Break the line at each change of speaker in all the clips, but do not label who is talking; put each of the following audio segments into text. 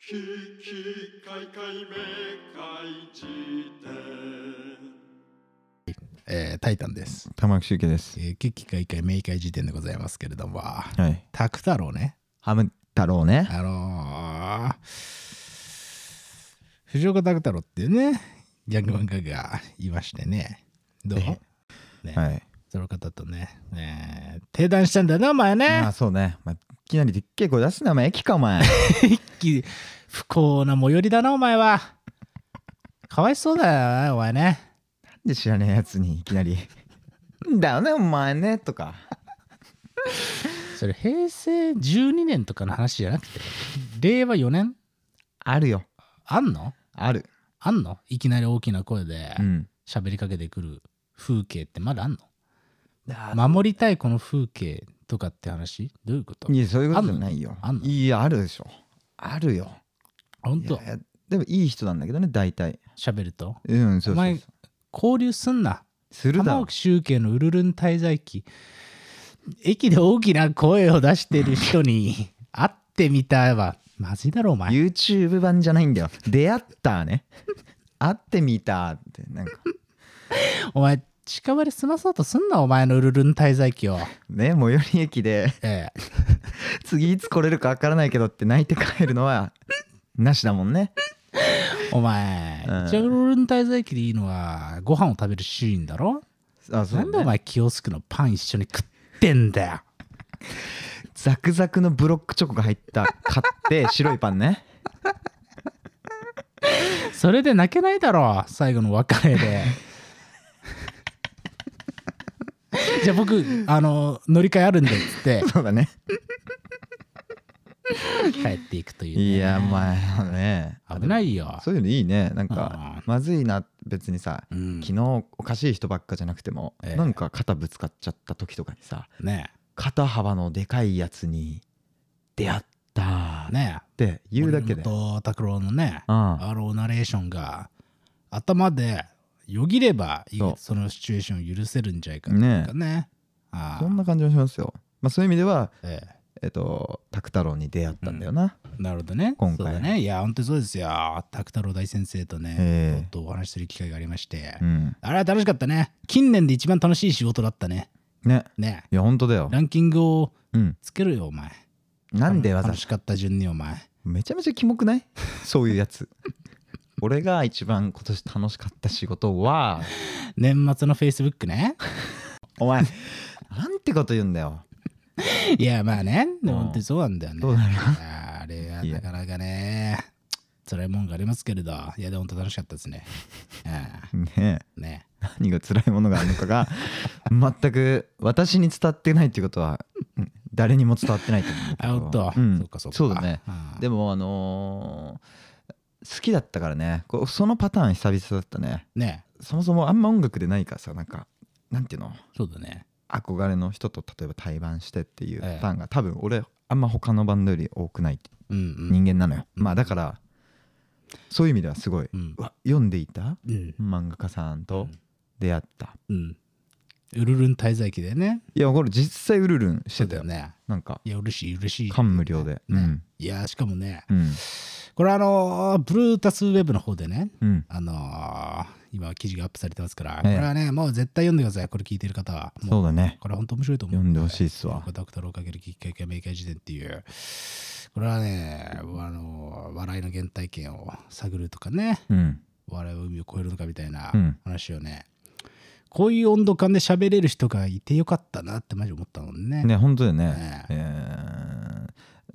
ききかいかいめかいじ
えータイタンです。
玉木周家です。
えー、危機開会明快時点でございますけれども、
はい。
拓太郎ね。
ハム太郎ね。
あのー、藤岡拓太郎っていうね、ギャグ漫画家がいましてね。どう
え
ね、
はい。
その方とね、えー、定談したんだよな、お前
ま
ね
あ。そうね。まあ、いきなりでっけえ声出すな、お前。駅か、お前。
き不幸な最寄りだな、お前は。かわいそうだよな、お前ね。
で知らねえやつにいきなり「 だよねお前ね」とか
それ、平成12年とかの話じゃなくて、令和4年
あるよ
あんの
ある
あんのいきなり大きな声で
うん
喋りかけてくる風景ってまだあんの守りたいこの風景とかって話どういうこと
いやそういうことじゃないよ
あんの
いやあるでしょあるよ
本当
いやでもいい人なんだけどね大体
喋ると
うんそう
お
そ
前
うそう
交流すんな
するだ
玉
ろ
置集計のウルルン滞在期駅で大きな声を出してる人 に会ってみたいわマジだろお前
YouTube 版じゃないんだよ出会った ね会ってみたってなんか
お前近場で済まそうとすんなお前のウルルン滞在 期を
ね最寄り駅で
ええ
次いつ来れるかわからないけどって泣いて帰るのはなしだもんね
お前、
うん
一応ウルルン滞在期でいいのはご飯を食べるシーンだろ
あそう
なんで
だ
お
ね
前キオスクのパン一緒に食ってんだ よ
ザクザクのブロックチョコが入った買って 白いパンね
それで泣けないだろ最後の別れ でじゃあ僕あの乗り換えあるんでっつって
そうだね。
帰っていくという、ね、
いや、まあね。
危ないよ
そういうのいいね。なん
あ
か
ー、
まずいな、別にさ、
うん
昨日おかしい人ばっかじゃなくても、
ええ
なんか肩ぶつかっちゃった時とかにさ、
ね
肩幅のでかいやつに出会った
え
っ
ね
て
え
言うだけで。うん。
と拓郎のね
あ
あのナレーションが頭でよぎればいい
そう
そのシチュエーションを許せるんじゃないかっていうかねああ
そんな感じもしますよ。まあそういう意味では、
ええ
えっと、拓太郎に出会ったんだよな。
なるほどね。
今回
そうだね。いや、本当にそうですよ。拓太郎大先生とね、
ええ
ちょっとお話しする機会がありまして。
うん。
あれは楽しかったね。近年で一番楽しい仕事だったね。
ね。
ね。
いや、本当だよ
ラ。ンキングを
うん。
つけるよ、お前。
なんでわざ
楽しかった順に、お前。
めちゃめちゃキモく ないそういうやつ俺が一番今年楽しかった仕事は
年末の Facebook ね。
お前なんてこと言うんだよ
いや、まあね。でも
うん
本当にそうなんだよね。
どうだろ
いやあれはなかなかね。辛いもんがありますけれど。いや、でも本当楽しかったですね。あ
うねえ
あね。
何が辛いものがあるのかが全く私に伝わってないっていうことはうん誰にも伝わってないと思うけ
あ、
ど
おっと。
うん
そっかそっか。
そうだね
ああ。
でもあのー好きだったからねこうそのパターン久々だったね
ね。
そもそもあんま音楽でないからさなんかなんていうの
そうだね。
憧れの人と例えば対バンしてっていう
ええ
パターンが多分俺あんま他のバンドより多くない
うんうん。
人間なのよ、
うん
まあだからそういう意味ではすごい、
うん
う。わ読んでいた
うん。
漫画家さん
う
と
ん
出会った、
うん。ウルルン滞在期でね。
いやこれ実際うるるんし
そ
て
う
た
だ
よ
よね。
なんか
いや、嬉しい、嬉しい。
感無量でう
ね
ん
いや、しかもね、
うん
これあのー、ブルータスウェブの方でね、
うん
あのー、今記事がアップされてますから、こ
ええ
れはね、もう絶対読んでください。これ聞いてる方は。も
そうだね
これ本当面白いと思う。
読んでほしいっすわ
ダクタローかけるきっかけ明快辞典っていう。これはね、あのー、笑いの原体験を探るとかね、
うん
笑いは海を越えるのかみたいな
うん
話をね、こういう温度感で喋れる人がいてよかったなってマジ思ったもんね。
ね本当だよ
ね
ねえ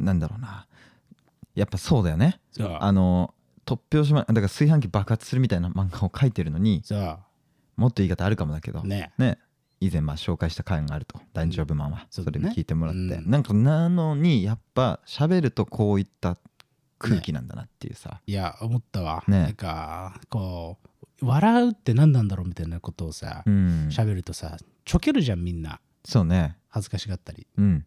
ーなんだろうなやっぱそうだよね
そう
あの突拍子まだから炊飯器爆発するみたいな漫画を書いてるのに
そ
もっと言い方あるかもだけど
うね
ね、以前まあ紹介した回があると「大丈夫マンは」
そ
そう
だね
れに聞いてもらって、
うん
なんかなのにやっぱ喋るとこういった空気なんだなっていうさ、
いや思ったわ、
ね
なんかこう笑うって何なんだろうみたいなことをさ
うん
喋、るとさちょけるじゃんみんな
そうね
恥ずかしがったり
うん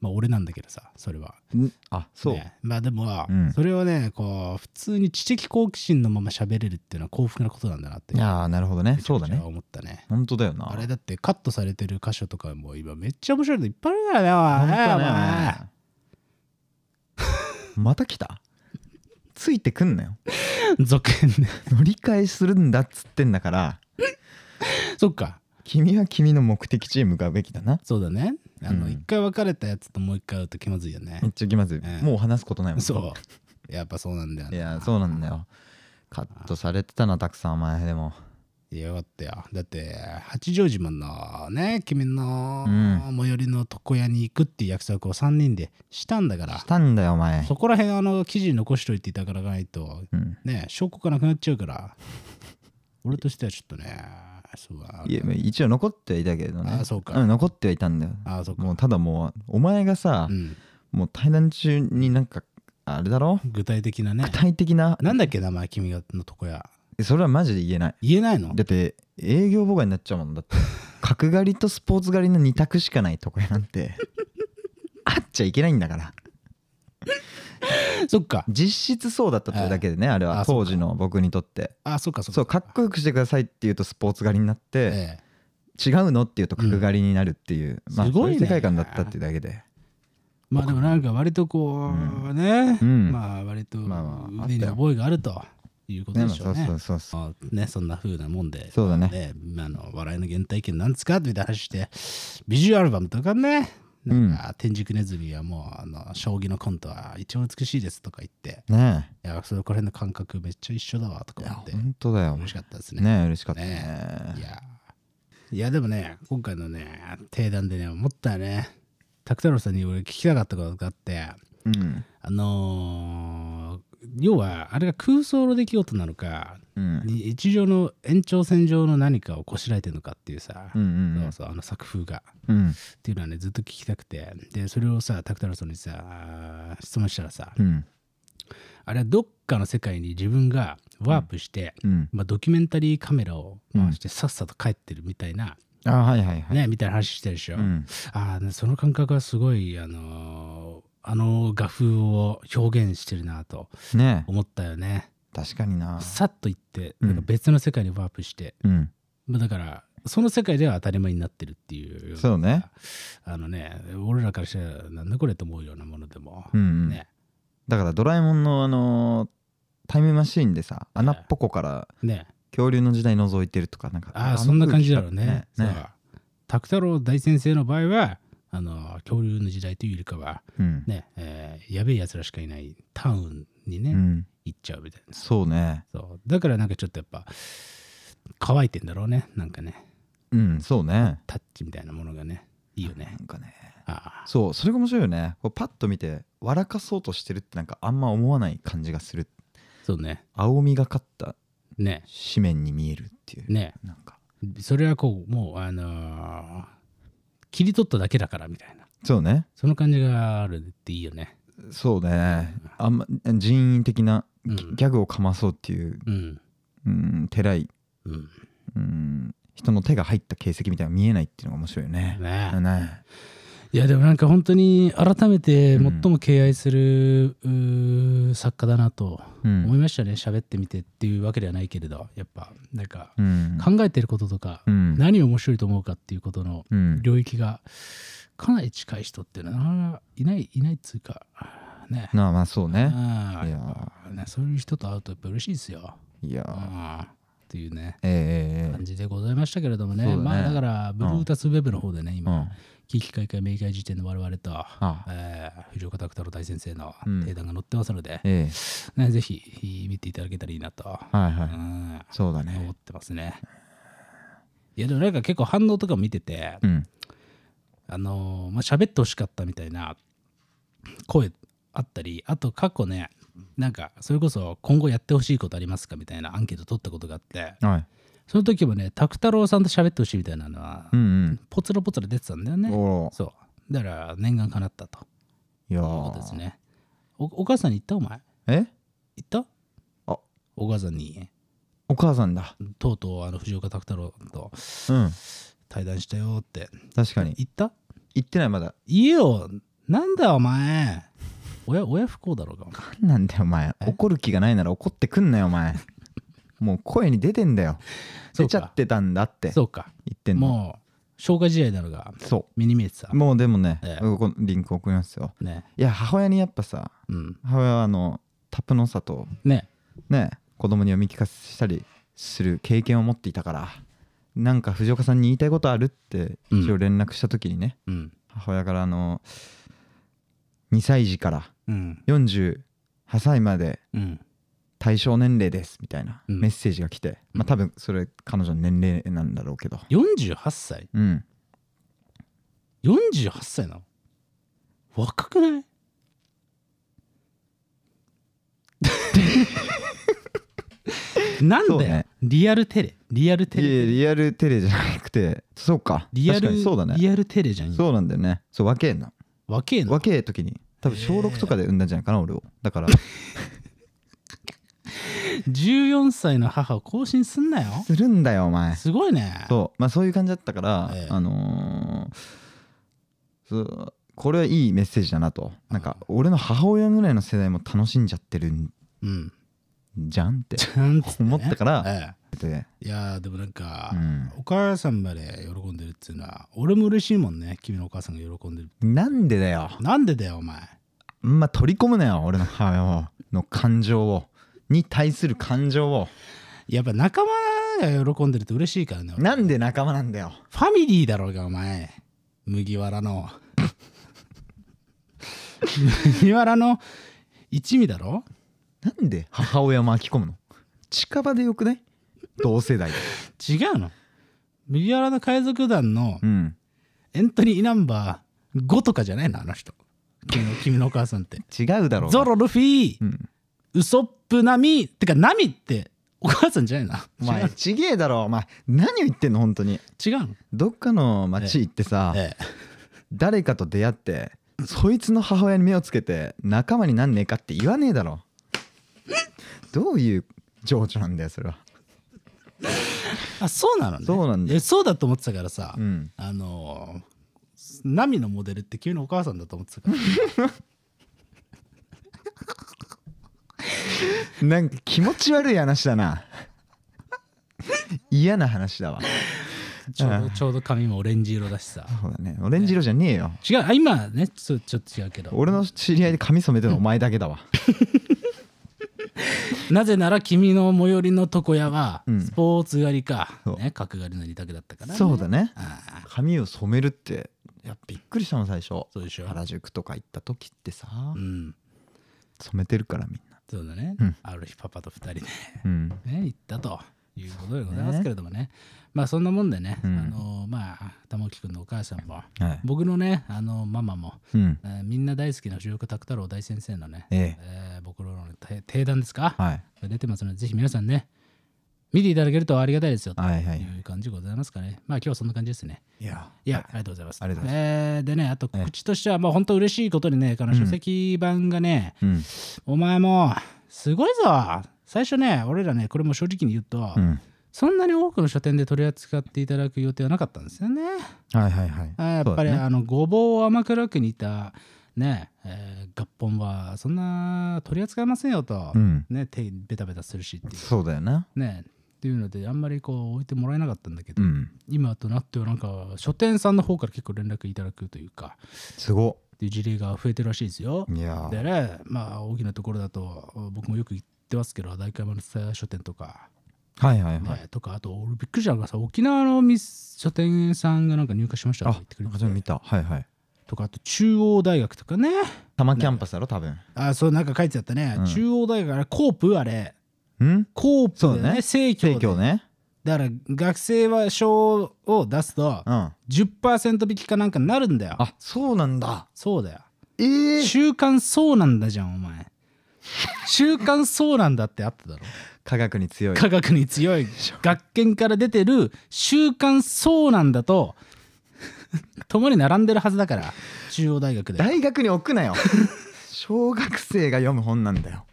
まあ俺なんだけどさそれは、
んあそう、
ねまあでも、
うん
それをねこう普通に知的好奇心のまま喋れるっていうのは幸福なことなんだなって
いやーなるほどねそうだ
めちゃくち
ね
ゃ思ったね
本当だよな
あれだってカットされてる箇所とかも今めっちゃ面白いのいっぱいある からねお
本
い
当
お前
ねまた来たついてくんなよ
続編ね。
乗り換えするんだっつってんだから
そっか。
君は君の目的地へ向かうべきだな
そうだね。あの、
うん
一、回別れたやつともう一回会うと気まずいよね
め。っちゃ気まずい、
ええ
もう話すことないもん
そう。やっぱそうなんだよ
い
ね。
やそうなんだよカットされてたなたくさんお前でも
いやよかったよ。だって、八丈島のね、君の
う
最寄りの床屋に行くっていう約束を3人でしたんだか
し
ら、
たんだよお前
そこら辺、あの、記事に残しといていただからないと、
うん
ね、証拠がなくなっちゃうから、俺としてはちょっとね、そうだ
いや一応残ってはいたけどね
あそうか
ん残ってはいたんだよ
ああ、そうか。
もうただもうお前がさ
う、ん、
もう対談中になんかあれだろ
具体的なね
具。体的な
なんだっけ、名前、君がの床屋。
それはマジで言えない
言えないの
だって営業妨害になっちゃうもんだって 角刈りとスポーツ刈りの2択しかないとこやなん てあっちゃいけないんだから
そっか。
実質そうだったというだけでねあれ
あ
は
そうか
当時の僕にとって
あ、そっか、そっか。
そうかっこよくしてくださいって言うとスポーツ狩りになって、
ええ
違うのって言うと角刈りになるっていう、
うん
まあ
すごいね
そういう世界観だったっていうだけで
まあでもなんか割とこうね、
うん
まあ割と
まあまあ
腕に覚えがあるということ
ね
で
まあ
しょ
そう
ね
うそう。そうそう
まあね、そんな風なもんで、
そうだね
ね、まああの笑いの原体験なんですかみたいな話して、ビジュアルアルバムとかね、なんか天竺ネズミはもうあの将棋のコントは一番美しいですとか言って、
ね
いや、それこれの感覚めっちゃ一緒だわとか
えいや
思って、
本当だよ
嬉しかったですね。
ねえ嬉しかったね
いやーいやでもね今回のね定談でね思ったね拓太郎さんに俺聞きたかったことがあって
うん
あのー要はあれが空想の出来事なのか
うん
日常の延長線上の何かをこしらえてるのかっていうさ、
うんうん
そうそうあの作風が
うん
っていうのはねずっと聞きたくてでそれをさ拓太郎さんにさ質問したらさ、
うん
あれはどっかの世界に自分がワープして、
うん
まあ、ドキュメンタリーカメラを回してさっさと帰ってるみたいな、
あはいはいはい
ね、みたいな話してるでしょ、
うん
ああその感覚はすごいあのーあの画風を表現してるなと
ねえ
思ったよね
確かにな
さっと行って
うん
なんか別の世界にワープして、
うん
まあだからその世界では当たり前になってるっていうような
そうね
あのね俺らからしたらなんだこれと思うようなものでも、
うんうん
ね
だからドラえもんのあのータイムマシーンでさ穴っぽこから
ね
恐竜の時代覗いてるとかなんか
ああ
の
そんな感じだろうね
ね
そう
ね
拓太郎大先生の場合はあの恐竜の時代というよりかは
うん
ね、えーやべえやつらしかいないタウンにね、
うん
行っちゃうみたいな
そうね
そうだからなんかちょっとやっぱ乾いてんだろうねなんかね
うんそうね
タッチみたいなものがねいいよね
なんかね
ああ
そうそれが面白いよねこうパッと見て笑かそうとしてるってなんかあんま思わない感じがする
そうね
青みがかった
ね
紙面に見えるっていう、
ね
なんか
それはこうもうあのー切り取っただけだからみたいな
そうね
その感じがあるっていいよね
そうねあんま人員的なギ
うん
ギャグをかまそうっていう、
うん
うん、てらい、
うん
うん、人の手が入った形跡みたいなのが見えないっていうのが面白いよね
ね
だね
いやでもなんか本当に改めて最
うん
も敬愛する、うー作家だなと
うん
思いましたね喋ってみてっていうわけではないけれどやっぱなんか
うん
考えてることとか、
うん
何を面白いと思うかっていうことの
うん
領域がかなり近い人っていうのはなかなかいないいないっつうかね
なあまあそうね
ああ
いや
ねそういう人と会うとやっぱ嬉しいですよ
いや
ああっていうね
えええ
感じでございましたけれどもね
そうだね
まあだからブルータスウェブの方でね、
えう
今、
ん
危機開会明快時点の我々と、
あ
えー藤岡拓太郎大先生の
うん
定談が載ってますので、
ええ
ね、ぜひ見ていただけたらいいなと、
はいは
う
い
ん
そうだ
思
ね
ってますね。いやでもなんか結構反応とか見てて、
うん
あのーまあ喋ってほしかったみたいな声あったりあと過去ねなんかそれこそ今後やってほしいことありますかみたいなアンケート取ったことがあって
はい
その時もね拓太郎さんと喋ってほしいみたいなのは、
うん
ポツラポツラ出てたんだよ
うん
ね
おお
そうだから念願かなったという
いや
ことです
ー
ねおお母さんに言ったお前
え
言った
あ
お母さんに
お母さんだ
とうとうあの藤岡拓太郎と
うん
対談したよって
確かに
言った
行ってないまだ
言えよなんだよお前親親不幸だろうが
何なんだよお前
え
怒る気がないなら怒ってくんなよお前もう声に出てんだよ
そう
出
か
ちゃってたんだって
そ
言
うか
ってんの
もう消化試合なのが
そ
目に見えてた
うもうでもね
ええ
ここリンク送りますよ
ね
いや母親にやっぱさ
うん
母親はあのタプの里を
ね
ね子供に読み聞かせしたりする経験を持っていたからなんか藤岡さんに言いたいことあるって一応連絡した時にね、
うん
母親からあの2歳児から
うん
48歳まで
うん
対象年齢ですみたいな
うん
メッセージが来て、まあ多分それ彼女の年齢なんだろうけど
48歳
うん
48歳なの若く ないなんだよ、
そうね
リアルテレリアル
い
テ
や
レ
リアルテレじゃなくてそうか
リア
確か
ル
にそうだね
リアルテレじゃん今
そうなんだよねそう若えな
若えな
若え時に多分小6とかで産んだんじゃないかな俺をだから
14歳の母を更新すんなよ
するんだよお前
すごいね
そうまあそういう感じだったから、
ええ
あのーそうこれはいいメッセージだなとなんか俺の母親ぐらいの世代も楽しんじゃってるん
うん
じゃ んって
ちゃんと、ね、
思ったから
え
で
えいやーでもなんか、
うん
お母さんまで喜んでるっていうのは俺も嬉しいもんね君のお母さんが喜んでる
なんでだよ
なんでだよお前
あんま取り込むなよ俺の母親をの感情をに対する感情を
やっぱ仲間が喜んでると嬉しいからね俺
なんで仲間なんだよ
ファミリーだろうがお前麦わらの麦わらの一味だろ
なんで母親を巻き込むの近場でよくない同世代で
違うの麦わらの海賊団の
うん
エントリーナンバー5とかじゃないのあの人君の君のお母さんって
違うだろう
ゾロルフィ
うん
ウソップナミてかナミってお母さんじゃない
お
の
前ちげえだろお前何を言ってんの本当に
違う違うの
どっかの町行ってさ、
ええ
誰かと出会ってそいつの母親に目をつけて仲間になんねえかって言わねえだろどういう情緒なんだよそれは
あそうなのね
そうなんだよ
えそうだと思ってたからさ、
うん
あのーナミのモデルって急にお母さんだと思ってたから
なんか気持ち悪い話 だな嫌な話だわ
ちょうどちょうど髪もオレンジ色だしさ
そうだねオレンジ色じゃねえよ
違うあ今ねちょちょっと違うけど
俺の知り合いで髪染めてるのお前だけだわ
なぜなら君の最寄りの床屋は
うん
スポーツ狩りか、
そう
ね、角刈りの二択だったから、
そうだね
ああ
髪を染めるってやっぱびっくりしたの最初
そうでしょ
原宿とか行った時ってさ
うん
染めてるからみんな
そうだね、
うん
ある日パパと二人で
うん
ね、行ったということでございますけれどもね、まあそんなもんでね、
うん
あのまあ玉置君のお母さんも、
はい
僕のね、あのママも、
うん
えーみんな大好きな藤岡拓太郎大先生のね、
ええ
えー僕らの提提談ですか、
はい
出てますので、ぜひ皆さんね、見ていただけるとありがたいですよと
はいはい
いう感じでございますかね。まあ今日はそんな感じですね。
いや
いや、ありがとうございます。
ありがとうご
えーでね、あと告知としては、まあ本当嬉しいことにね、この書籍版がね、
うん
お前もすごいぞ最初ね俺らねこれも正直に言うと、
うん
そんなに多くの書店で取り扱っていただく予定はなかったんですよね
はいはいはい
あやっぱり、
そうだね
あのごぼうを甘辛く煮たねえー合本はそんな取り扱いませんよと、
うん
ね手ベタベタするしってい
そうだよな
うねっていうのであんまりこう置いてもらえなかったんだけ
う
ど、
ん
今となってはなんか書店さんの方から結構連絡いただくというか
すご
っていう事例が増えてるらしいですよ
いや
でね、まあ大きなところだと僕もよく行ってますけど大会丸田書店とか、
はいはい
ね
はい
とかあと俺びっくりしたのがさ沖縄のみ書店さんがなんか入荷しましたとか
あ
言ってくれ
なん
て
かそれ見たはいはい
とかあと中央大学とかね
多摩キャンパスだろ多分
あそうなんか書いてあったね、
うん
中央大学あれコープあれ
うん
コープ
そう
だ
だ
よ
ね
ね正教
生協ね
だから学生は賞を出すと
うんあ
10%引きかなんかになるんだよ
そうなんだ
そうだよ
ええ
週刊そうなんだじゃんお 前週刊そうなんだってあっただろ
科学に強い
科学に強い学研から出てる週刊そうなんだと 共に並んでるはずだから中央大学で
大学に置くなよ 小学生が読む本なんだよ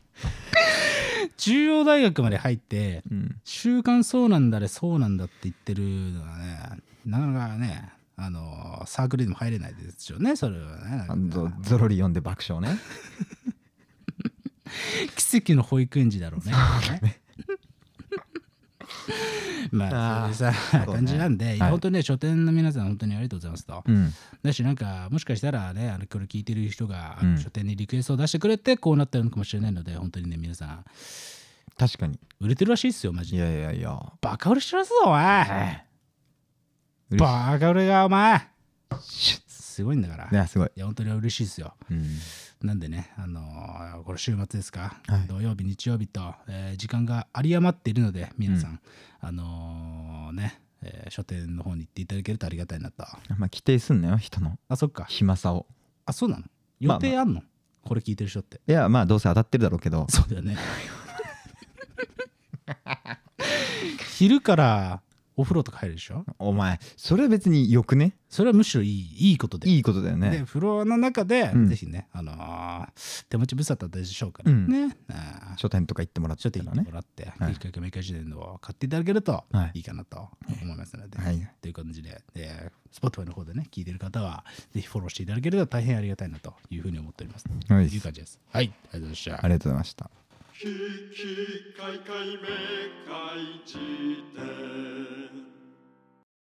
中央大学まで入って
うん
週刊そうなんだでそうなんだって言ってるのはねなかなかねあのサークルにも入れないですよねそれはね
あのゾロリ読んで爆笑ね
奇跡の保育園児だろうね。 ま
あ
あ
ー
それでさ、
そうね
感じなんで、いや
はい
本当にね書店の皆さん本当にありがとうございますと、
うん
だしなんかもしかしたらねあのこれ聞いてる人が
うん
書店にリクエストを出してくれてこうなったのかもしれないので本当にね皆さん
確かに
売れてるらしいっすよマジ
い
で
やいやいや
バカ売れしてるぞお前
嬉し
バカ売れがお前すごいんだから
いねすごい
いや本当に嬉しいですよ
うん
なんでね、あのーこれ週末ですか、
はい
土曜日、日曜日と、えー時間が有り余っているので、皆さん、あのーね、えー書店の方に行っていただけるとありがたいなと。
あんま規定すんなよ人の
あ、そっか。
暇さを
あ、そうなの
まあ
予定あんの、これ聞いてる人って。
いやまあどうせ当たってるだろうけど
そうだよね。 昼からお風呂とか入るでしょ
お前それは別によくね
それはむしろいいいいことで。
いいことだよ
で
ね
風呂の中で、
うん
ぜひね、あのー手持ち無沙汰でしょうから
うん
ね、あー
書店とか行ってもらって
書
た
店行っ
ら
て
ね
もらって、
はい
一回かメーカー自伝を買っていただけると
はい
いいかなと思いますので、
はい
という感じで、えー、Spotify の方でね、聞いてる方は、ぜひフォローしていただけると大変ありがたいなというふうに思っております。
はい
い、いう感じです。はい、ありがとうございました
あ。りがとうございました
ひひかいかいめかいじ典